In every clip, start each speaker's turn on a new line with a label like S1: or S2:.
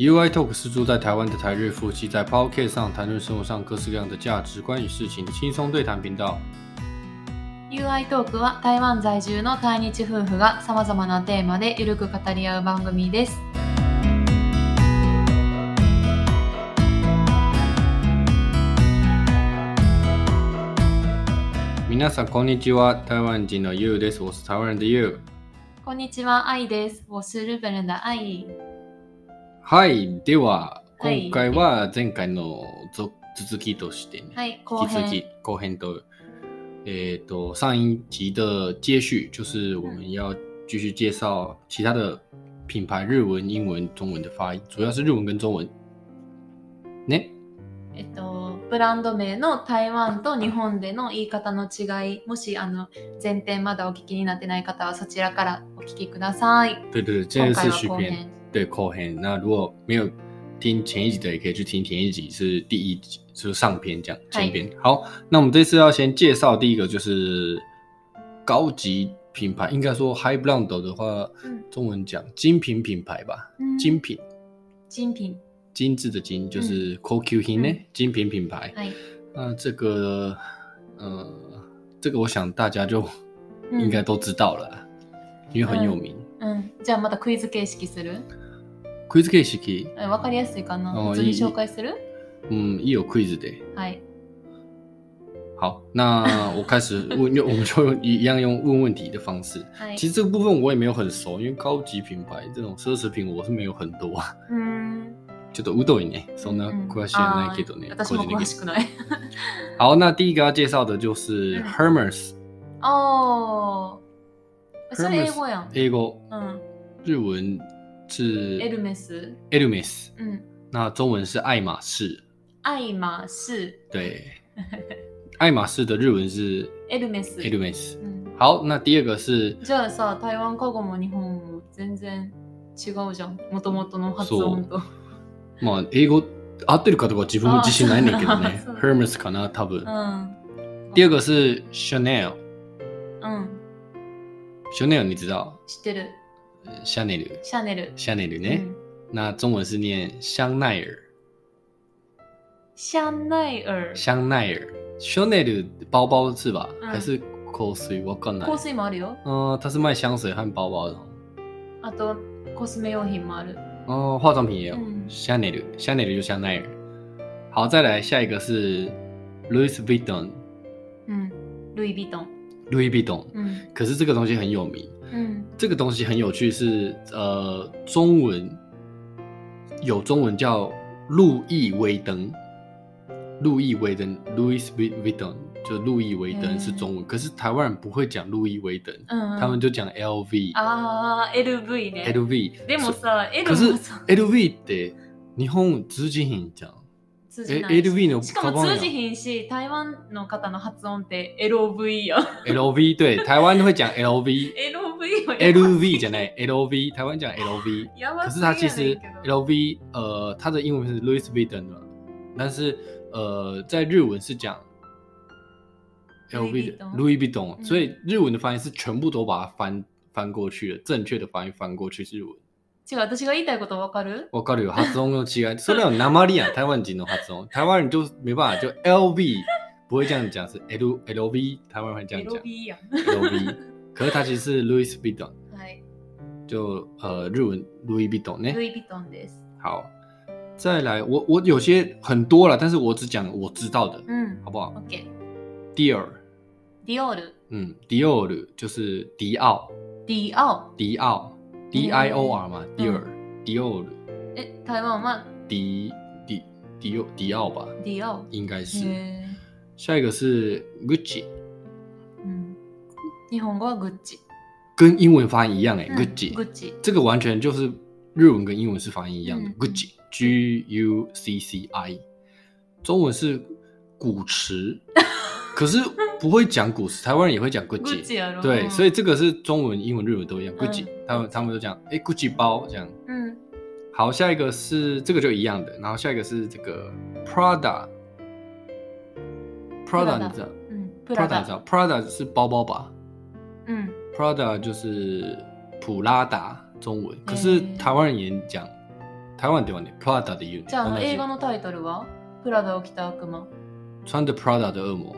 S1: UI Talk 是住在台湾的台日夫妻在 p o c k e t 上谈论生活上各式各样的价值观与事情的轻松对谈频道。
S2: UI トークは台湾在住の対日夫婦がさまざまなテーマでゆるく語り合う番組です。
S1: 皆さんこんにちは，台湾人的 You です。我是台湾人的 You。
S2: こんにちは、愛です。我是日本人的愛。
S1: はい、では
S2: はい
S1: 今回は前回の続続きとしてね、
S2: はい、後
S1: 引き続
S2: 編
S1: き。后編的，えっと上一集的接续，就是我们要继续介绍其他的品牌日文、英文、中文的发音，主要是日文跟中文。ね。
S2: えっと、ブランド名の台湾と日本での言い方の違い、もしあの前提まだお聞きになってない方はそちらからお聞きください。
S1: 对对对，这
S2: 今
S1: 个
S2: 回
S1: 是
S2: は
S1: 续
S2: 後
S1: 篇，
S2: 編。
S1: 对后黑。那如果没有听前一集的，也可以去听前一集，是第一集，就是上篇这样，
S2: 嗨
S1: 前篇。好，那我们这次要先介绍第一个就是高级品牌，应该说 high brand 的话，
S2: 嗯
S1: 中文讲精品品牌吧，
S2: うん
S1: 精品。
S2: 精品。
S1: 精致的精就是
S2: 嗯
S1: QQ 品呢，精品品牌。
S2: はい。
S1: 那这个，呃，这个我想大家就
S2: 嗯
S1: 应该都知道了啦，因为很有名。
S2: うん。じゃあまたクイズ形式する
S1: Quiz 形式
S2: うんわかりやすいかな
S1: あ。ー
S2: 普通に
S1: いい
S2: 紹介する
S1: 嗯，一有 quiz 的。
S2: はい。
S1: 好，那我开始问，就我们就用一样用问问题的方式。
S2: はい。
S1: 其实这个部分我也没有很熟，因为高级品牌这种奢侈品我是没有很多啊。
S2: うーん。
S1: ちょっと疎いね。そんな
S2: うん
S1: 詳しいの
S2: あ
S1: ないけ
S2: ー
S1: どね。
S2: 私も詳しくない。
S1: 好，那第一个要介绍的就是
S2: 嗯
S1: Hermes，
S2: ああ。それ英語やん。
S1: 英語
S2: うん。
S1: 日文是
S2: エルメス。
S1: Hermes，
S2: うん。
S1: 那中文是爱马仕。
S2: アイマス。
S1: 对，爱马仕的日文是
S2: エルメス。
S1: Hermes。
S2: うん
S1: 好，那第二个是
S2: じゃあさ、台湾過去も日本も全然違うじゃん。もともとの発音と。
S1: まあ、英語合ってるかとか自分も自信ないねんだけどね
S2: あそう。
S1: ヘルメスかな、多分
S2: う。ん。
S1: 第二个是 Chanel，
S2: うん。
S1: Chanel 你知道
S2: 知ってる。
S1: 呃，Chanel
S2: シャネル。
S1: Chanel
S2: う
S1: 呢？
S2: ん
S1: 那中文是念香奈儿，
S2: シャネル。
S1: 香奈儿，Chanel 包包是吧？
S2: 嗯
S1: 还是香水？我靠，
S2: 香水もあるよ。
S1: 嗯，它是卖香水和包包的。
S2: あと、コスメ用品もある。
S1: 哦，化妆品也有
S2: 嗯
S1: ，Chanel，Chanel 就香奈儿。好，再来下一个是 Louis Vuitton，Louis
S2: うん。ルイ・ヴィトン。
S1: Vuitton。
S2: うん。
S1: 可是这个东西很有名，
S2: うん。
S1: 这个东西很有趣是，呃，中文有中文叫路易威登，路易威登 （Louis Vuitton） 就路易威登
S2: 嗯
S1: 是中文，可是台湾人不会讲路易威登，
S2: うん。
S1: 他们就讲 LV、
S2: 哦ああ、LV ね。
S1: LV。
S2: でもさ、L
S1: 可是
S2: もさ、
S1: LV って日本通じひんじゃん。
S2: 通じ
S1: え
S2: ない。
S1: LV の
S2: しか
S1: カ
S2: も
S1: バンや
S2: 通じひんし、台湾の方の発音って LV や。
S1: LV 对，台湾会讲 LV，LV
S2: LV や。
S1: じゃない LV，台湾讲 LV。
S2: やば
S1: 可是
S2: す
S1: 它
S2: ぎ
S1: 其
S2: やね
S1: 实
S2: んけど。
S1: LV 呃，它的英文是 Louis Vuitton 的，但是呃，在日文是讲 LV 的 Louis
S2: Louis
S1: Vuitton，
S2: 嗯
S1: 所以日文的翻译是全部都把它翻翻过去了，正确的翻译翻过去是日文。
S2: 違う、私が言いたいことわかる
S1: わかるよ、発音の違 い。それは鉛やん、台湾人の発音。台湾人就没办法，就 LV 不会这样讲，是 L LV，台湾会这样讲
S2: ?LV やん。
S1: LV。可是它其实是 Louis Vuitton，
S2: はい。
S1: 就呃日文 Louis Vuitton 呢。
S2: ルイ・ヴィトンです。
S1: 好，再来，我我有些很多了，但是我只讲我知道的，
S2: うん。
S1: 好不好
S2: OK。
S1: ？Dior，
S2: ディオール。
S1: 嗯，Dior 就是迪奥，
S2: ディオ
S1: 迪奥，D I O R 嘛，Dior，Dior，
S2: え、台湾は
S1: 迪迪迪奥迪奥吧，
S2: ディオ。
S1: 应该
S2: へ
S1: 是。
S2: え。
S1: 下一个是 Gucci，
S2: うん。日本語はグッチ。
S1: 跟英文发音一样哎
S2: うんグ
S1: ，Gucci，
S2: ッチ。
S1: 这个完全就是日文跟英文是发音一样的
S2: 嗯
S1: ，Gucci，G U C C I，中文是古驰。可是不会讲古驰，台湾人也会讲
S2: グッチやろ。
S1: 对，所
S2: 以。
S1: 以这个是中文、英文、日文都一样。Gucci，、他们他们都讲，哎、g u c c i 包这样。
S2: うん。
S1: 好，下一个是这个就一样的，然后下一个是这个 Prada。Prada 你知道
S2: うん。プラ
S1: ？Prada 你知
S2: ダ。
S1: 道？Prada 是包包吧
S2: うん。
S1: ？Prada 就是普拉达中文，可是
S2: 嗯
S1: 台湾人也讲台湾ではね、プラダで言う、ね。
S2: じゃあ、あの
S1: 同じ
S2: 映画のタイトルはプラダを着た悪魔。
S1: 穿着 Prada 的恶魔，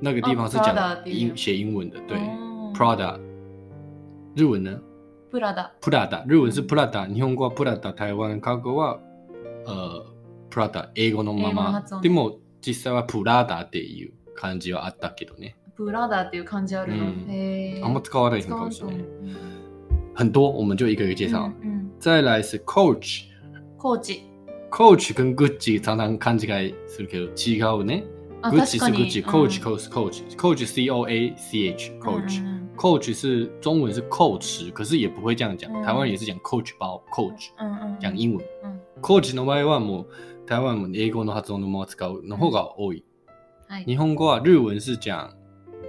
S1: 那个地方是
S2: 啊
S1: 讲
S2: ，Prada
S1: 英写英文的，对、
S2: 哦
S1: Prada。日文呢
S2: プラダ。
S1: ？Prada，日文是 Prada，日本語は Prada，台湾韓国は呃 Prada，英語のま
S2: 英語の
S1: ま
S2: 発。音
S1: でも実際は Prada っていう感じはあったけどね。
S2: プラダっていう漢字あるの。
S1: うん
S2: へえ。
S1: あんま使わない
S2: 使
S1: か
S2: わ
S1: も
S2: ん
S1: し
S2: と
S1: れ
S2: 思
S1: な
S2: う
S1: い。很多，我们就一个一个介绍。
S2: うんうん
S1: 再来是 Coach。
S2: コーチ。
S1: Coach 跟 Gucci 常常勘違いするけど違うね。
S2: あ、
S1: Gucci 是
S2: 確かに。
S1: Gucci，Coach Coach Coach，Coach C O A C H，Coach
S2: うん。うん
S1: Coach 是中文是扣匙，可是也不会这样讲
S2: 嗯，
S1: 台湾也是讲 Coach 包 Coach，
S2: うんうんうん
S1: 讲英文
S2: 嗯。
S1: Coach の場合はもう台湾も英語の発音のまま使うの方が多い。
S2: はい
S1: 日本語は日文是讲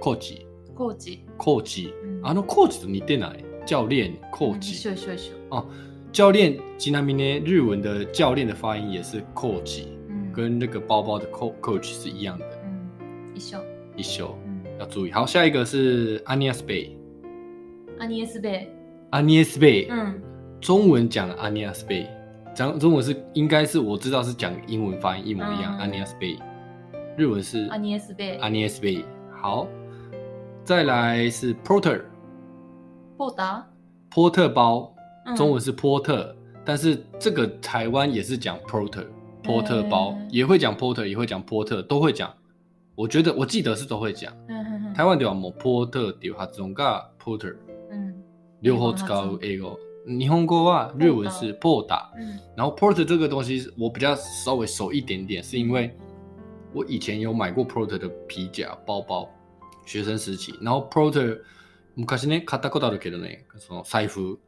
S1: Coach
S2: コーチ。
S1: Coach，
S2: うん
S1: あの Coach と似てない？教練
S2: うん一緒
S1: Coach，
S2: 一緒一緒。
S1: 教练ちなみにね日文的教练的发音也是 Coach。
S2: うん
S1: 跟那个包包的 co coach 是一样的，
S2: うん一緒。
S1: 一休
S2: うん
S1: 要注意。好，下一个是 Anias Bay。
S2: アニエス・ベ
S1: Anias
S2: イ。
S1: Bay，、
S2: うん。
S1: 中文讲的 Anias Bay，讲中文是应该是我知道是讲英文发音一模一样、
S2: 嗯
S1: Anias Bay，日文是
S2: アニエス・ベイ。
S1: Anias Bay。好，再来是 Porter
S2: ポータ
S1: 波特包，
S2: ーうん
S1: 中文是波特，但是这个台湾也是讲 Porter 波特包，
S2: 嗯
S1: 也会讲 Porter，也会讲波特，都会讲。我觉得我记得是都会讲。
S2: うんうんうん
S1: 台湾ではもうポーターっていう発音がポーター
S2: うん
S1: 両方使う英語。日本語は日文是ポータ
S2: うん
S1: ー，然后 porter 这个东西我比较稍微熟一点点，是因为我以前有买过 porter 的皮夹、包包，学生时期。然后 porter 昔ね買ったことあるけどね、その財布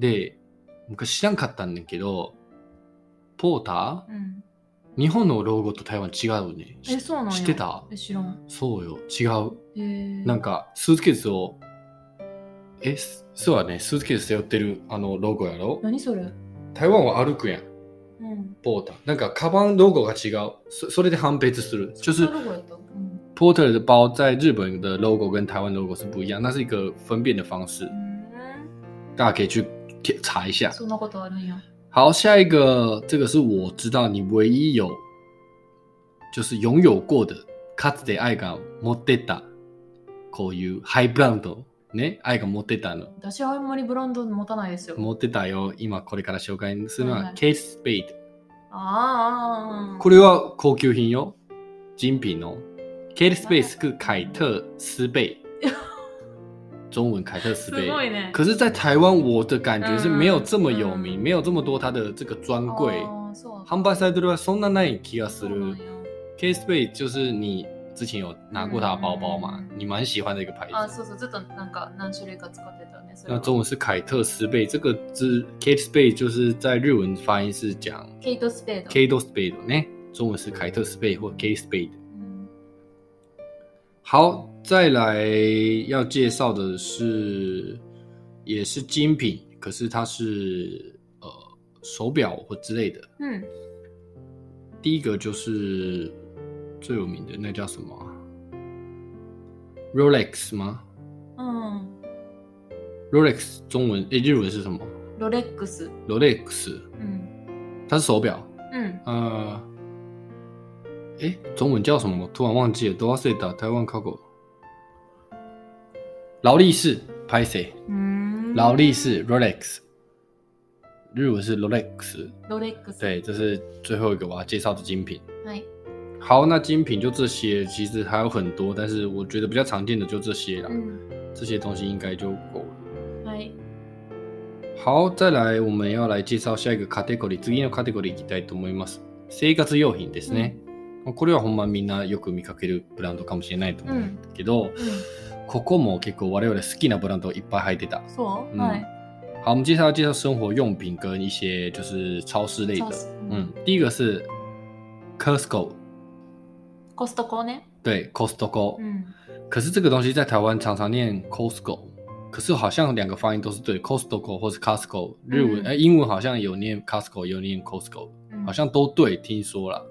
S1: で昔知らんかったんだけど、ポーター
S2: うん
S1: 日本の老後と台湾違うね。
S2: え、そうなんや。
S1: 知ってた？
S2: え、知らん。
S1: そうよ、違う。
S2: へー
S1: なん。か、スーツケースを、え、すそうやね、スーツケース背負ってるあのロゴやろ
S2: 何それ
S1: 台湾は歩くやん、
S2: うん。
S1: ポーター。なんか、カバンロゴが違う。そそれで判別する。就是
S2: そんなロゴやったうん
S1: ポーター的包在日本的 logo 跟台湾 logo 是不一样，那是一个分辨的方式
S2: う，ん
S1: 大家可以去贴查一下。
S2: そんなことあるんや。
S1: 好，下一个，这个是我知道你唯一有，就是拥有过的，かつて愛が持ってた、こういうハイブランド、ね、愛が持ってたの。
S2: 私はあんまりブランド持たないですよ。
S1: 持ってたよ今これから紹介するの
S2: はいは
S1: はいケーススペイド
S2: ああ。
S1: これは高級品よ精品のケーススペイスク凯特斯 贝中文凯特斯
S2: す
S1: 贝
S2: ごいね。
S1: 可是在台湾我的感觉是没有这么有
S2: 嗯
S1: 名
S2: 嗯
S1: 没有这么多它的这个专柜
S2: あーそう
S1: 販売されてるはそんなない気がす
S2: そうな
S1: る
S2: んや。
S1: ケーススペイ就是你之前有拿过它的包包嘛
S2: 嗯嗯嗯
S1: 你蛮喜欢的一个牌
S2: あ、
S1: 子
S2: そうそう、ずっとなんか何種類か使ってたね。それ
S1: 那
S2: は
S1: 中文是凯特斯贝，这个字 Kate Spade 就是在日文发音是讲
S2: ケイト・スペード。
S1: K 都 Spade 呢，中文是凯特 Spade 或 K Spade。
S2: うん
S1: 好，再来要介绍的是，也是精品，可是它是呃手表或之类的。
S2: うん。
S1: 第一个就是最有名的那叫什么啊？Rolex 吗
S2: うん。
S1: ？Rolex 中文诶、日文是什么
S2: ロレックス。
S1: ？Rolex
S2: うん。
S1: 它是手表，
S2: うん。
S1: 呃，哎，中文叫什么？我突然忘记了。多少岁打台湾考狗？劳力士，拍谁？
S2: うーん
S1: 劳力士 Rolex，日文是 Rolex。
S2: ロレックス。
S1: 对，这是最后一个我要介绍的精品。
S2: はい。
S1: 好，那精品就这些，其实还有很多，但是我觉得比较常见的就这些啦。
S2: うん。
S1: 这些东西应该就够了。
S2: はい。
S1: 好，再来我们要来介绍下一个 category，次の category 行きたいと思います。生活用品ですね。これはほんまみんなよく見かけるブランドかもしれないと思
S2: う
S1: うんんだけど、
S2: う
S1: ここも結構我々好きなブランドいっぱい入ってた。
S2: ん。そうう、
S1: ん
S2: はい。
S1: 好，我们介绍介绍生活用品跟一些就是超市类的
S2: 超市。
S1: 嗯，第一个是 Costco，
S2: コストコね。
S1: 对 Costco，、
S2: うん。
S1: 可是这个东西在台湾常常念 Costco，可是好像两个发音都是对 Costco 或是 Costco，日文
S2: 嗯
S1: 哎、英文好像有念 Costco，有念 Costco，
S2: うん
S1: 好像都对，听说了。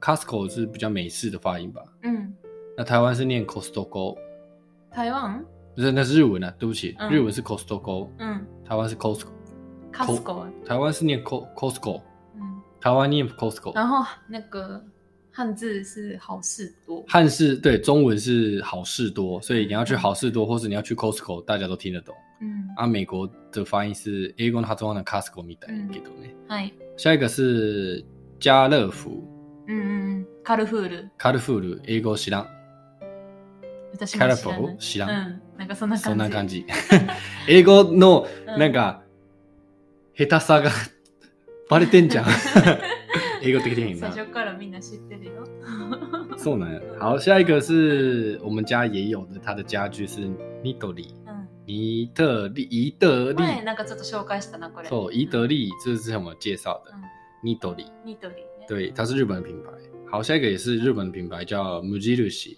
S1: Costco 是比较美式的发音吧？
S2: うん。
S1: 那台湾是念 Costco，
S2: 台湾
S1: 不是那是日文啊，对不起，
S2: 嗯
S1: 日文是 Costco，
S2: うん。
S1: 台湾是 Costco，
S2: カスコ。
S1: 台湾是念 Co Costco，台湾念 Costco，
S2: 然后那个汉字是好事多，
S1: 汉是对中文是好事多，所以你要去好事多，或是你要去 Costco，大家都听得懂。
S2: 嗯，
S1: 啊，美国的发音是英語の発音は Costco み
S2: 嗯
S1: たいだけどね。
S2: はい、
S1: 下一个是家乐福
S2: うんうんうん、カルフール、
S1: カルフール英語知らん。
S2: 私
S1: カ
S2: も
S1: ル
S2: 知
S1: フー
S2: らな
S1: ル
S2: い。
S1: 知
S2: う
S1: らん。
S2: ん、なんかそんな嗯感じ。
S1: そんな感じ。 英語の
S2: うん
S1: なん か、下手さが バレてんじ ゃん。英語的电影
S2: 最
S1: 呢？
S2: 初からみんな知ってるよ。
S1: そうなんや。好，下一个是我们家也有的，它的家具是ニトリ、
S2: うん、
S1: 尼特利、伊德利。
S2: 前なんかちょっと紹介したな、これ。
S1: そう、伊德利这是我们介绍的
S2: うん。
S1: 尼トリ，
S2: ニトリね。
S1: 对，它是日本品牌。好，下一个也是日本品牌叫 Mujirushi。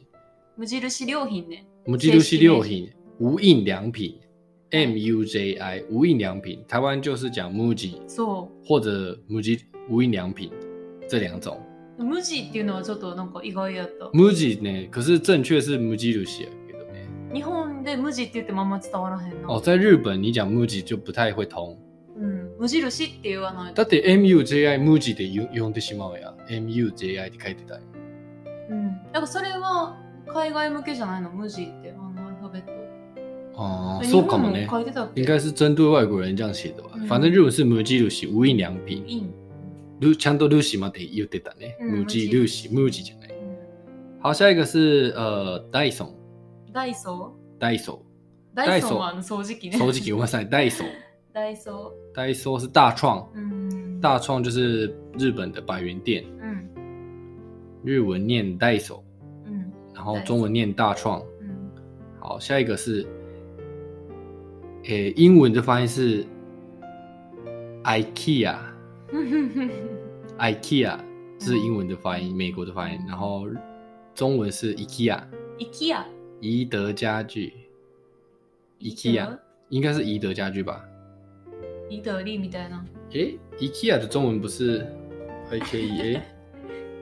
S2: 無印良品ね。
S1: 無印良品无印良品 M U J I 无印良品，台湾就是讲 Muji
S2: そ
S1: 或者 Muji 无印良品这两种。
S2: う。無地っていうのはちょっとなんか意外やった。
S1: Muji 呢，可是正确是 Mujirushi 啊觉得呢
S2: 日本で無地って言ってもあんま伝わらへんな。
S1: 哦，在日本你讲 Muji 就不太会通。
S2: うん、無印って言わない
S1: だ。って M U J I Muji で呼呼んでしまうやん。M U J I って書いてたやん。
S2: うん。だからそれは海外向けじゃないの、無地って、あのアルファベット。
S1: 哦，
S2: え日
S1: そうか
S2: 本
S1: も
S2: も
S1: ね。
S2: 書いてたっけ
S1: 应该是针对外国人这样写的吧。
S2: 嗯
S1: 反正日文是 Mujirushi 无印良品。
S2: いいん。
S1: ルちゃんとルーシーまで言ってたね。
S2: うん
S1: ムジ、
S2: 無地
S1: ルーシー、ムジじゃない。
S2: うん
S1: 好，下一个是呃，ダイソン，
S2: ダイソ
S1: ダイソ
S2: ーダイ
S1: ダイソ
S2: ソ
S1: ー
S2: ーはあの掃除機
S1: ー，
S2: ね。
S1: 手机给我塞， ダイソー，
S2: ダイソ
S1: ダイソー是大创
S2: ー。，うん。
S1: 大创就是日本的百元店，
S2: うん。
S1: 日文念ダイソー，
S2: うん。
S1: 然后
S2: ダイソー
S1: 中文念大创。
S2: うん。
S1: 好，下一个是，诶、英文的发音是 IKEA，IKEA 是英文的发音，美国的发音，然后中文是 IKEA，
S2: イキア。
S1: 宜德家具。IKEA 应该是宜德家具吧？
S2: イドリみたいな。
S1: 诶，IKEA 的中文不是 IKEA？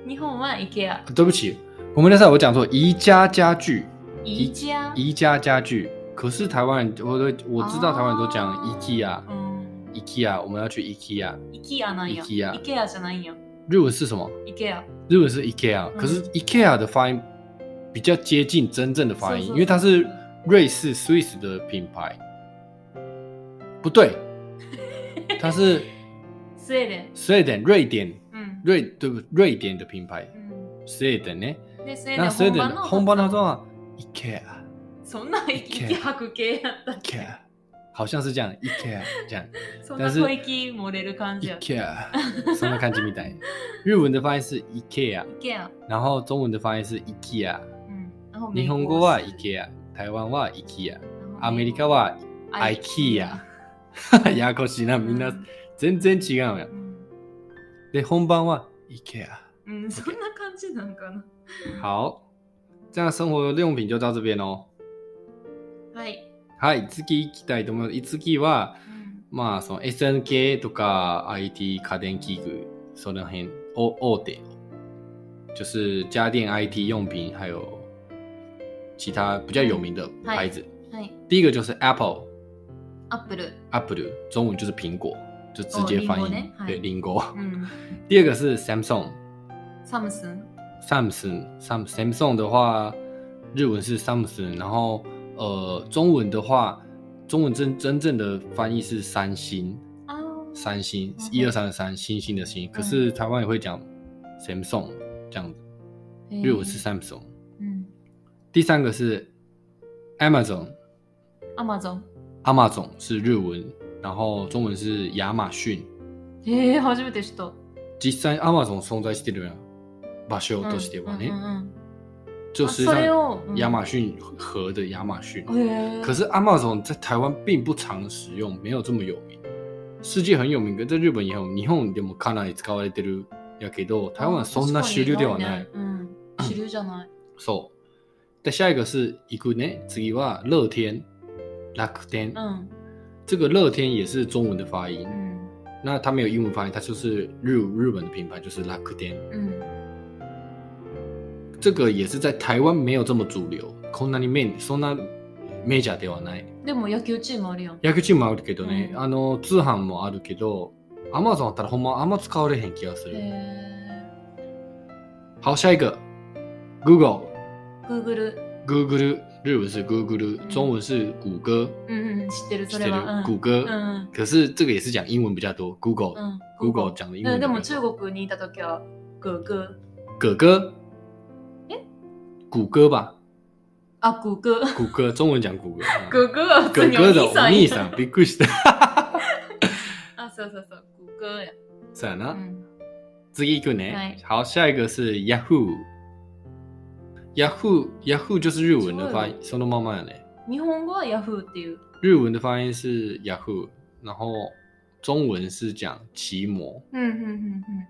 S2: 日本はイケア。
S1: 啊对不起，我们那时候我讲错，宜家家具，
S2: イケア。
S1: 宜家家具。可是台湾人，我都我知道
S2: 哦
S1: 台湾人都讲 IKEA，IKEA，、
S2: うん。
S1: IKEA 我们要去 IKEA。
S2: イキアなんや。
S1: イケア
S2: イケアじゃないんや。
S1: 日文是什么？
S2: イケア。
S1: 日文是 IKEA，、
S2: 嗯
S1: 可是 IKEA 的发音比较接近真正的发音，
S2: そうそうそう
S1: 因为它是瑞士 Swiss 的品牌。不 对，它是
S2: スウェーデン。
S1: Sweden 瑞典
S2: うん。
S1: 瑞对不瑞典的品牌
S2: うん
S1: スウェーデンね。
S2: で、スウェ
S1: 那スウェ
S2: ー
S1: ーデ
S2: デ
S1: ン
S2: ン
S1: の
S2: 本
S1: 本
S2: 場
S1: 場
S2: の
S1: の発
S2: 発音
S1: 音は IKEA
S2: そんな息吐く系やったっけ
S1: IKEA，好像是这样 IKEA 这样
S2: そん
S1: 但
S2: な
S1: 是
S2: 吐息漏れる 感じやった。
S1: IKEA，什么看见没带？日文的发音是 IKEA，
S2: イケア。
S1: 然后中文的发音是 IKEA，
S2: うん。然后
S1: 日
S2: 美
S1: 本語は
S2: 式
S1: IKEA，台湾は IKEA，
S2: 然后
S1: アメリカ
S2: は
S1: は IKEA。ややこしいな、みんな全然違うやん。
S2: うん
S1: で、本番は IKEA。
S2: うん、そんな感じなんかな。
S1: 好，这样生活用品就到这边喽。
S2: はい。
S1: はい、次行きたいと思います。次は、
S2: うん
S1: まあ、その SNK とか IT 家電器具、その辺、お大手。就是家电 IT 用品，还有其他比较有名的牌子。
S2: はい。
S1: 第一个就是 Apple，
S2: アップル。
S1: Apple 中文就是苹果，就直接
S2: 哦
S1: 翻译、
S2: 苹果呢嗯
S1: 对
S2: 嗨
S1: 苹果。
S2: うん。
S1: 第二个是 Samsung，Samsung
S2: サムスン。
S1: Sam Samsung 的话，日文是 Samsung，然后呃中文的话，中文真真正的翻译是三星，
S2: あー
S1: 三星
S2: 嗯哼嗯
S1: 一二三的三，星星的星。可是台湾也会讲 Samsung 这样子，
S2: へー
S1: 日文是 Samsung。
S2: うん。
S1: 第三个是 Amazon，
S2: アマゾン。
S1: a m a z o n 是日文，然后中文是亚马逊。
S2: えー、初めて知った。
S1: 実際 Amazon 存在してるやん場所としてはね、
S2: うんうんうん
S1: 就
S2: あ
S1: 实际
S2: それ
S1: 上
S2: を、うん
S1: 亚马逊河的亚马
S2: 哦
S1: 逊，
S2: へー
S1: 可是 Amazon 在台湾并不常使用，没有这么有名。世界很有名，在日本也有名。日本でもかなり使われて
S2: 哦
S1: るやけど、台湾はそんな主流ではない。
S2: 確かにないねうん、主流じゃない。
S1: そう。で、下一个是行くね。次は乐天、楽天。
S2: うん。
S1: 这个乐天也是中文的发音
S2: う，ん。
S1: 那它没有英文发音，它就是日日本的品牌，就是楽天。
S2: うん。
S1: 这个也是在台湾没有这么主流。こんなにメイン、そんなメジャーではない。
S2: でも野球チームあるやん。
S1: 野球チームもあるけどね、
S2: うん
S1: あの通販もあるけど、アマゾンあったらほんまあんま使われへん気がする。
S2: え
S1: 好，下一个，Google。
S2: ー、Google。
S1: Google 日文是 Google，
S2: 嗯
S1: 中文是谷歌，
S2: うんうん、知ってる、
S1: 知
S2: そ
S1: って
S2: れ
S1: る
S2: は。
S1: 谷
S2: う
S1: 歌
S2: ん。う。ん
S1: 可是这个也是讲英文比较多
S2: う
S1: ，Google
S2: ん。
S1: 嗯 Google 讲的英
S2: う
S1: 文比
S2: ん、で
S1: 较
S2: も
S1: 多。
S2: 中国にいたときは、Google。
S1: 哥哥，
S2: 诶
S1: 谷歌吧，
S2: あ、Google。
S1: 谷歌 中文讲谷歌，啊
S2: Google は普
S1: 哥
S2: 通にお
S1: 哥的
S2: 兄さ
S1: お兄さ
S2: んや。
S1: ん，びっくり した。
S2: あ、そうそうそう。Google や。
S1: さあ
S2: う
S1: な。
S2: ん。
S1: 次一个呢
S2: はい？
S1: 好，下一个是 Yahoo。Yahoo Yahoo 就是日文的发音，そのままやね。
S2: 日本語は Yahoo っていう。
S1: 日文的发音是 Yahoo，然后中文是讲奇摩。
S2: うんうんうんうん。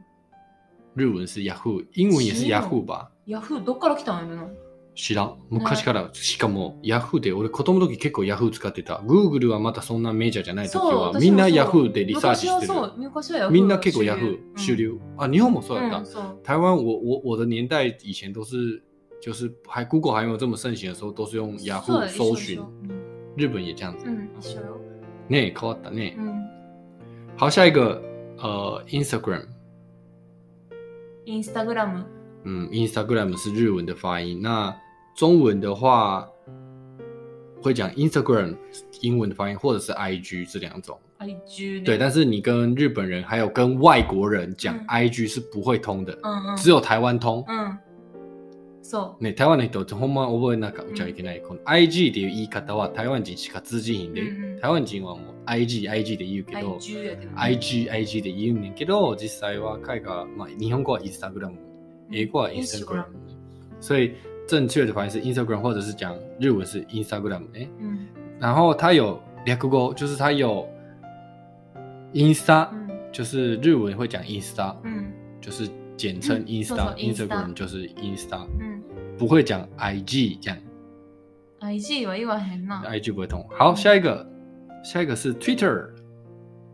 S1: 日文是 Yahoo，英文也是
S2: 知らん
S1: Yahoo 吧？
S2: Yahoo どっから来たんやろな。
S1: 知らん。昔から、しかも Yahoo で、俺子供の時結構 Yahoo 使ってた。Google はまたそんなメジャーじゃない時
S2: そう
S1: は、
S2: 私も
S1: みんな
S2: そう
S1: Yahoo でリサーチして
S2: 昔はそ
S1: る。
S2: う、昔は Yahoo
S1: みんな結構
S2: 主流
S1: Yahoo
S2: うん
S1: 主流。あ、日本もそうだっ
S2: う
S1: た
S2: ん、。そう。
S1: 台湾我我我的年代以前都是，就是还 Google 还没有这么盛行的时候，都是用 Yahoo
S2: そう
S1: 搜
S2: 一緒一
S1: 寻
S2: 緒。うん
S1: 日本也这样子。
S2: うん、一緒よ。
S1: ねえ、変わったね
S2: う。ん。
S1: 好，下一个，呃，Instagram。
S2: インスタグラム。
S1: 嗯，Instagram 是日文的发音，那中文的话会讲 Instagram 英文的发音，或者是 IG 这两种。
S2: IG ね。
S1: 对，但是你跟日本人还有跟外国人讲
S2: 嗯
S1: IG 是不会通的，
S2: うんうん。
S1: 只有台湾通。
S2: うん。そ
S1: ね、台湾の人ってほんま覚えなきゃいけない。この IG っていう言い方は台湾人しか通じひん
S2: 嗯う。
S1: で、
S2: うんうん
S1: 台湾人はもう IG、IG で言うけど、
S2: IG やけどね。
S1: IG、IG で言うねんけど、実際は海外、まあ日本語は Instagram 英国は Instagram，所以正确的发音是 Instagram，或者是讲日文是 Instagram 哎、
S2: うん。
S1: 然后它有两个勾，就是它有 Insta，、
S2: うん。
S1: 就是日文会讲 Insta，、
S2: うん。
S1: 就是简称
S2: 嗯そうそう
S1: Insta，Instagram、
S2: Insta
S1: 就是 Insta，
S2: うん。
S1: 不会讲 IG 这样、
S2: 嗯 IG は言わへんな。
S1: i g 不会通。好，下一个，下一个是 Twitter。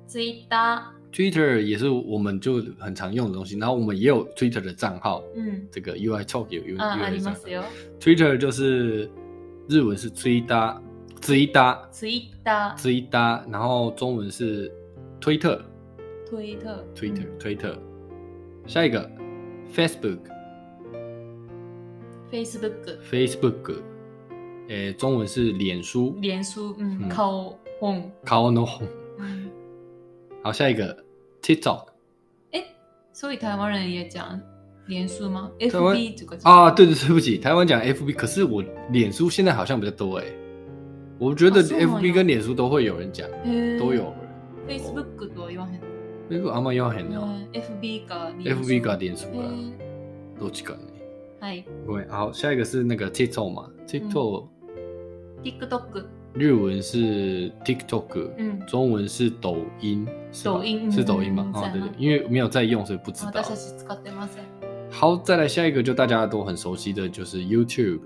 S2: Twitter。
S1: Twitter 也是我们就很常用的东西，然后我们也有 Twitter 的账号，
S2: うん。
S1: 这个 UI Talk 有 UI
S2: あ、あり
S1: 账
S2: ま
S1: 号
S2: す。よ。
S1: Twitter 就是日文是追搭追搭
S2: Twitter。
S1: 追搭，然后中文是推特
S2: Twitter。
S1: Twitter、推特。下一个 Facebook
S2: Facebook。
S1: Facebook，诶，呃中文是脸书
S2: 脸书。う
S1: うん
S2: ん。顔。本。
S1: 顔の方。
S2: うん。
S1: 好，下一个 TikTok
S2: 所以台湾人也讲脸书吗
S1: 台湾
S2: ？FB 这个
S1: 啊，对对，对不起，台湾讲 FB，可是我脸书现在好像比较多诶，我觉得
S2: 啊そうなんや
S1: FB 跟脸书都会有人讲，
S2: 嗯
S1: 都有。人。
S2: Facebook とは言わへん。
S1: 那个阿妈要很哦
S2: ね FB か臉書
S1: ，FB 跟脸书
S2: へ
S1: 啊，
S2: ー
S1: 都几个呢？
S2: はい。
S1: 对，好，下一个是那
S2: 嗯
S1: 个 TikTok 嘛，TikTok、
S2: TikTok。
S1: 日文是 TikTok，、
S2: うん。
S1: 中文是抖音，是吧
S2: 嗯抖音
S1: 是
S2: 嗯
S1: 抖音吗
S2: 嗯？哦
S1: 啊、
S2: 在
S1: 对
S2: 吗
S1: 对，因为没有在用，所以不知道
S2: 私。たち使ってません。
S1: 好，再来下一个，就大家都很熟悉的就是 YouTube。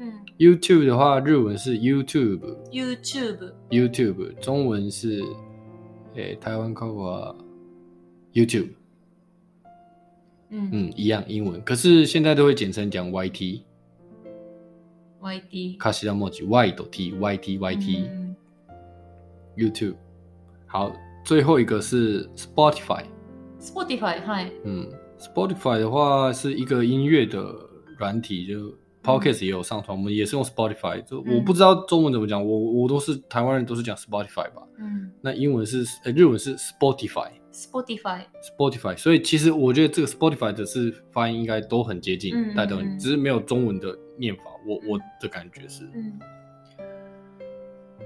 S2: うん。
S1: YouTube 的话，日文是 YouTube，YouTube
S2: YouTube。
S1: 中文是，诶、台湾看过 YouTube，
S2: うん。
S1: 嗯，一样英文，可是现在都会简称讲 YT，
S2: YT。
S1: 卡西拉莫吉 Y 抖 T YT
S2: うん
S1: YT、YouTube。好，最后一个是 Spotify。
S2: Spotify。はい。
S1: 嗯，Spotify 的话是一个音乐的软体，就 Podcast 也有上传，我们也是用 Spotify。就
S2: 嗯
S1: 我不知道中文怎么讲，我我都是台湾人都是讲 Spotify 吧。
S2: うん。
S1: 那英文是呃日文是 Spotify，Spotify。
S2: Spotify。
S1: 所以其实我觉得这个 Spotify 的是发音应该都很接近，
S2: 嗯嗯
S1: 大家都
S2: 嗯
S1: 只是没有中文的念法。我我的感觉是，
S2: うん。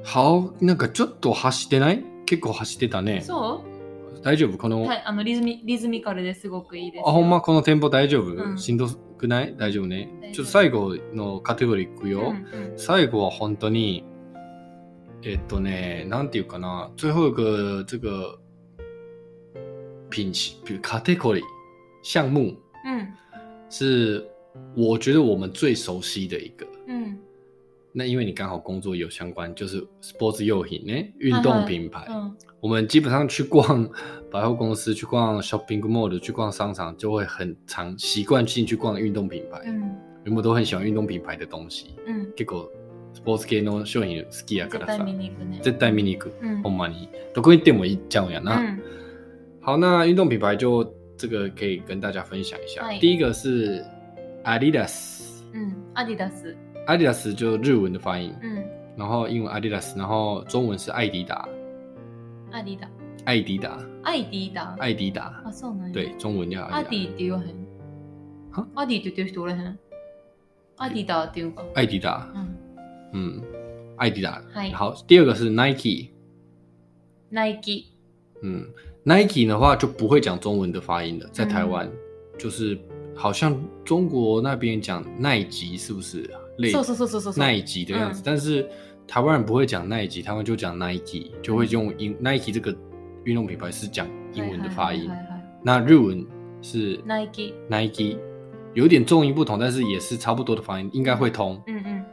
S1: 好，那个ちょっと走ってない？結構走ってたね。
S2: そ
S1: 大丈夫こ
S2: う
S1: の。
S2: はい。あの、リズミリズミカルですごくいいです。
S1: あ、ほんま。このテンポ大丈夫、
S2: うん
S1: しんどくない大丈夫ね
S2: 大丈夫
S1: ちょっと最後のカテゴリーいく
S2: う
S1: よ。
S2: んうん。
S1: 最後は本当に、えっとね、なんていうかな、最後一个这个品系カテゴリー项目
S2: うん。
S1: 是我觉得我们最熟悉的一个。
S2: うん。
S1: 那因为你刚好工作有相关，就是 sports 用品呢，运动品牌。
S2: うん。
S1: 我们基本上去逛百货公司、去逛 shopping mall、去逛商场，就会很常习惯性去逛运动品牌。
S2: うん。
S1: 原本都很喜欢运动品牌的东西，
S2: うん。
S1: 結構スポーツ系の商品好きやか
S2: 絶
S1: らさ
S2: 対、見に行くね。嗯
S1: 絶対見に行く。
S2: うん。
S1: ほんまに。どこ行っても行っちゃうんや
S2: う
S1: な。
S2: ん。
S1: 啊好，那运动品牌就这个可以跟大家分享一下。
S2: はい
S1: 第一个是 Adidas，Adidas
S2: うん、アディダス。
S1: 就日文的发音，
S2: うん、
S1: 然后英文 Adidas，然后中文是艾迪达，
S2: アディダ。
S1: 艾迪达，
S2: アイディダ。
S1: 艾迪达，
S2: あ、そうなんや。
S1: 对，中文叫
S2: ア
S1: 艾
S2: ディ
S1: 迪
S2: っ
S1: 达。
S2: て言わへん。
S1: は
S2: アディって言ってる人おらへん。アディダっていうか。
S1: 艾迪达
S2: う，ん。
S1: 嗯，艾迪达。
S2: はい。
S1: 好，第二个是 Nike，
S2: ナイキ。
S1: 嗯，Nike 的话就不会讲中文的发音了，在台湾、就是好像中国那边讲奈吉是不是类
S2: そうそうそうそうそう。
S1: 奈吉的样子？
S2: 嗯
S1: 但是台湾人不会讲奈吉，他们就讲 Nike，就会用英、Nike 这个运动品牌是讲英文的发音，
S2: はいはいはいはいは
S1: 那日文是
S2: い。ナイキ。
S1: Nike，有点重音不同，但是也是差不多的发音，应该会通。
S2: うんうん。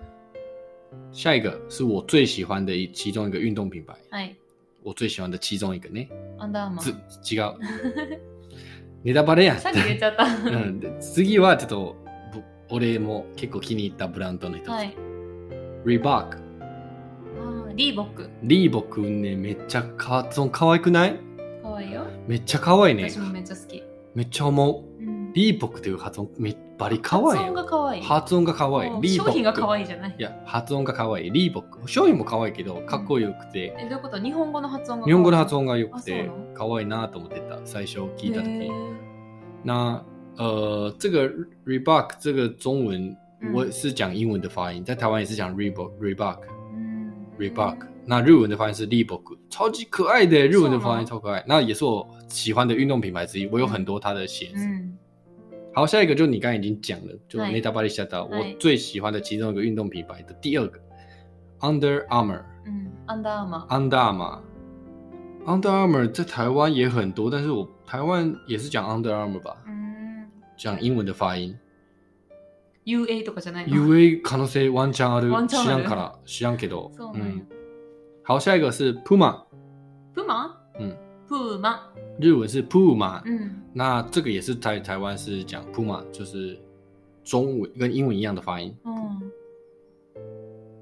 S1: 下一个是我最喜欢的一其中一个运动品牌，
S2: はい。
S1: 我最喜欢的其中一个呢。
S2: アンダーマン。
S1: つ違う。ネタバレやん
S2: さっき言っちゃった。
S1: うんで次はちょっとぼ俺も結構気に入ったブランドの一つ。
S2: はい。
S1: Reebok。
S2: あーリーボック。
S1: リーボくんね、めっちゃカーツン可愛くない
S2: かわいいよ。
S1: めっちゃ可愛いね
S2: 私。もめっちゃ好き。
S1: めっちゃ思う。
S2: うん。
S1: リーボクという発音、めっバリ可愛い
S2: 発音
S1: よ。
S2: が可愛い。
S1: 発音が可愛
S2: も
S1: い。
S2: う商品が可
S1: い。
S2: 愛いじゃない
S1: い。や、発音が可愛い。リーボク。商品も可愛いけど、かっこよくて、
S2: え、どういうこと日本語の発音が可愛い
S1: 日本語の発音が良く
S2: あ
S1: て
S2: そうなの、
S1: 可愛いなと思ってた。最初聞いた時
S2: へ
S1: に。
S2: ー
S1: 那呃，这个 Reebok 这个中文
S2: 嗯
S1: 我是讲英文的发音，在台湾也是讲 Reebok Reebok
S2: うん。
S1: Reebok，那日文的发音是 Reebok，超级可爱的，日文的发音
S2: 是吗
S1: 超可爱。那也是我喜欢的运动品牌之一，我有很多它的鞋
S2: う
S1: 子。
S2: ん。
S1: 好，下一个就你刚才已经讲了，就
S2: 嗨
S1: n e t a b a l i s h a t a
S2: 嗨
S1: 我最喜欢的其中一个运动品牌的第二个 Under Armour
S2: うん。アンダーマン。
S1: Under Armour。Under Armour 在台湾也很多，但是我台湾也是讲 Under Armour 吧，
S2: うん。
S1: 讲英文的发音。
S2: UA とかじゃないの
S1: UA 可能性ワンチャンある
S2: ワンチャン
S1: 知
S2: あ
S1: ら
S2: る
S1: んから知らんけど
S2: そうなんや。
S1: 嗯好下一个是 Puma
S2: プマ
S1: うん。
S2: プーマ。
S1: 日文是 Puma、
S2: うん。
S1: 那这个也是在台湾是讲 Puma 就是中文跟英文一样的发音
S2: うん。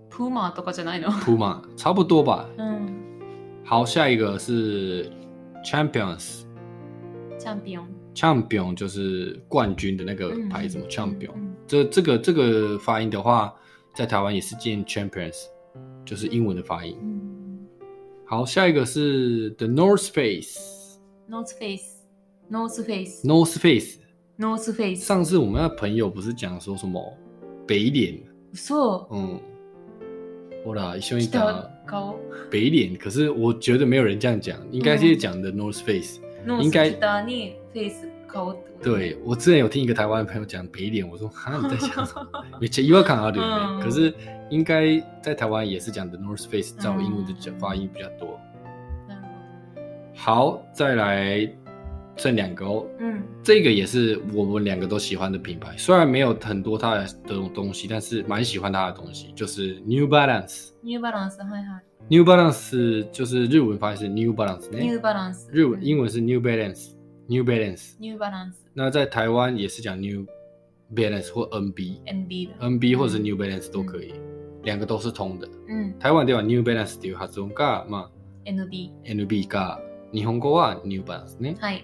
S2: プーマとかじゃないの
S1: Puma 差不多吧
S2: うん。
S1: 好下一个是 Champions
S2: チャンピオン。
S1: Champion 就是冠军的那个
S2: うん
S1: 牌子嘛、Champion
S2: うん
S1: 这这个这个发音的话在台湾也是见 Champions 就是英文的发音
S2: うん
S1: 好下一个是 The North Face
S2: ノースフェイス。ノースフェイス。
S1: North Face。
S2: ノースフェイス。
S1: 上次我们那朋友不是讲说什么北脸，
S2: 嘘。
S1: 嗯，我啦，一緒にい
S2: 来
S1: た
S2: た顔。
S1: 北脸，可是我觉得没有人这样讲，应该是讲的 North Face。
S2: ノ
S1: 应
S2: ー
S1: 该
S2: ス北にフェイス顔ってことね。
S1: 对我之前有听一个台湾的朋友讲北脸，我说哈你在讲什么？めっちゃ違和感あるよ
S2: 嗯
S1: ね。可是应该在台湾也是讲的 North Face，照英文的讲发音比较多。
S2: なるほ
S1: 好，再来剩两个哦，
S2: ど。うん。
S1: 这个也是我们两个都喜欢的品牌，虽然没有很多它的东西，但是蛮喜欢它的东西，就是 New Balance。
S2: ニューバランス。はいは
S1: New Balance 就是日文发音是 New Balance，
S2: い。ニュ
S1: ね
S2: ーバランス。
S1: 日文
S2: うん
S1: 英文是 New Balance。New Balance，
S2: ニューバランス。
S1: 那在台湾也是讲 New Balance 或 NB、
S2: NB だ。
S1: NB 或者是 New Balance 都可以，两个都是通的。
S2: うん。
S1: 台湾では New Balance っていう発音が、ま
S2: NB。
S1: あ、NB が日本語は New Balance ね。
S2: はい。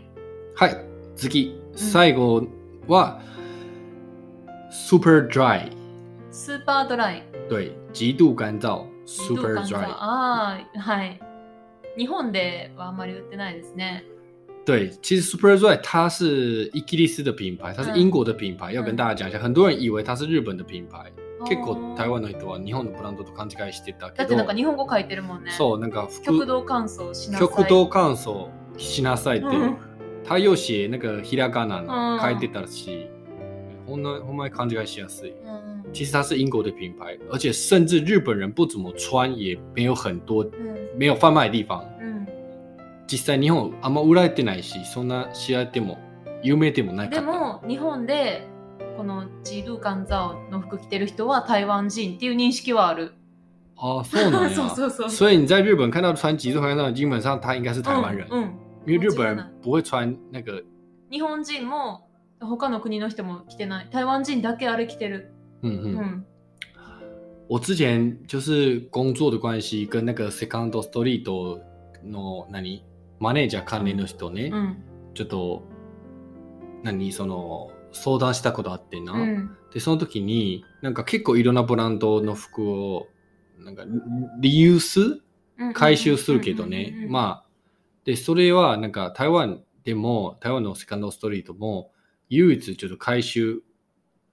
S1: はい、次、最後は、super dry，
S2: スーパードライ。
S1: 对，极度干燥，super
S2: どう感じ
S1: dry。
S2: ああ、はい。日本ではあんまり売ってないですね。
S1: 对，其实 super dry 它是伊基利斯的品牌，它是
S2: 嗯
S1: 英国的品牌，要跟大家讲一下，很多人以为它是日本的品牌，結構台
S2: あ
S1: 湾の人は日本のブランドと勘違いしてた
S2: ー
S1: け
S2: だっ
S1: ど
S2: てなんか、日本語書いてるもんね。
S1: そうなんか服
S2: 極度乾燥しなさい。
S1: 極度乾燥しなさいって
S2: うん、
S1: 他又写那个ひらがなの
S2: うん
S1: 書いてたし、ほんのほんまに勘違いしやすい。
S2: うん
S1: 其实它是英国的品牌，而且甚至日本人不怎么穿，也没有很多
S2: うん
S1: 没有販売的地方。
S2: うん
S1: 実際日本あんま売られてないし、そんな知られても有名でもないか
S2: で
S1: った。
S2: も日本でこのジードゥカンザオの服着てる人は台湾人っていう認識はある。
S1: あ、そうなんや。
S2: そうそうそう。
S1: 哦所以你在日本看到穿极度环那基本上他应该是台湾人，
S2: うんうん
S1: 因为日本人不会穿那个，
S2: 日本人も他の国の人も着てない。台湾人だけあれ着てる。
S1: 嗯
S2: う
S1: 嗯。
S2: ん。
S1: 我之前就是工作的关系，跟那个 Second Street の何マネージャー関連の人ね、
S2: うん
S1: ちょっと、何、その、相談したことあってな。
S2: うん
S1: で、その時に、なんか結構いろんなブランドの服を、なんか、リユース
S2: うん
S1: 回収するけどね、
S2: あ
S1: まあでそれはなんか台湾でも台湾のセカンドストリートも唯一ちょっと回収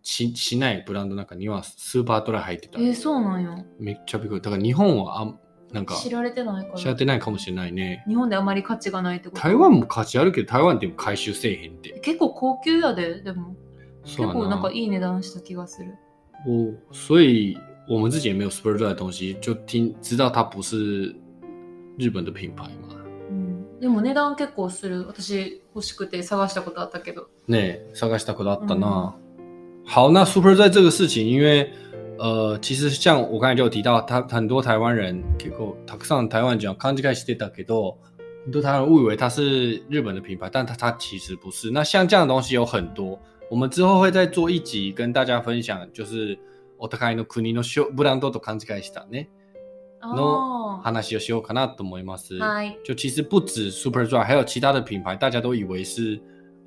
S1: ししないブランドの中にはスーパートライ入ってた、
S2: えーそうなんや
S1: めっちゃびっくりだから日本はあんなんか
S2: 知られてないから
S1: 知られてないかもしれないね
S2: 日本であまり価値がないってこと
S1: 台湾も価値あるけど台湾でも回収せえへんって
S2: 結構高級やででも
S1: そ
S2: 結
S1: うや
S2: 構なんか
S1: ない
S2: い値段した気がする
S1: 我所以我们自己也没有 s p e r d 的东西就听知道它不是日本的品牌嘛
S2: うんでも値段結構する私欲しくて探したことあったけど
S1: ね探したことあったな。好，那 Super 在这个事情，因为呃，其实像我刚才就有提到，他很多台湾人結構たくさん台湾人は勘違いしてたけど，很多台湾人误以为它是日本的品牌，但它它其实不是。那像这样的东西有很多，我们之后会再做一集跟大家分享，就是お互いの国の商ブランドと勘違いしたね
S2: あー
S1: 話をしようかなと思います。
S2: はい
S1: 就其实不止 Superdry，还有其他的品牌，大家都以为是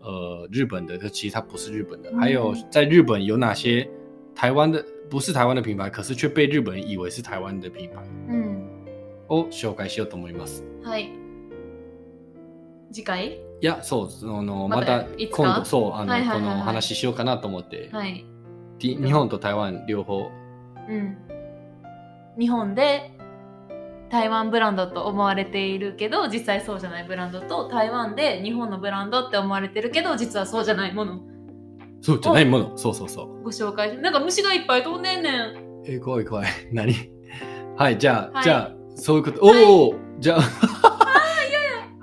S1: 呃日本的，但其实它不是日本的。
S2: 嗯
S1: 还有在日本有哪些台湾的不是台湾的品牌，可是却被日本人以为是台湾的品牌
S2: うん
S1: を紹介しようと思います。
S2: はい次回
S1: いや、そう、そのま
S2: また
S1: た
S2: いつか
S1: 今度そうあの、
S2: はいはいはいはい
S1: このお話ししようかなと思って、
S2: はい
S1: 日日本と台湾両方
S2: うん日本で台湾ブランドと思われているけど実際そうじゃないブランドと台湾で日本のブランドって思われてるけど実はそうじゃないもの
S1: そうじゃないもの、そうそうそう。
S2: ご紹介しなんか虫がいっぱい飛んでんねん
S1: え怖い 怖い。何はい、じゃあ、
S2: はい
S1: じゃあ、そういうこと。おお、じ ゃあ、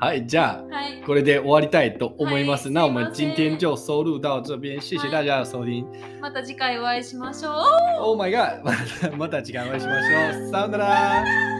S1: はい、じゃあ。
S2: はい
S1: これで終わりたいと思います。
S2: はい
S1: 那我
S2: すい
S1: 们
S2: ません
S1: 今天就收录到这边，谢谢大家的收听。
S2: また次回お会いしましょう
S1: Oh my god！またまた次回お会いしましょう。さよなら。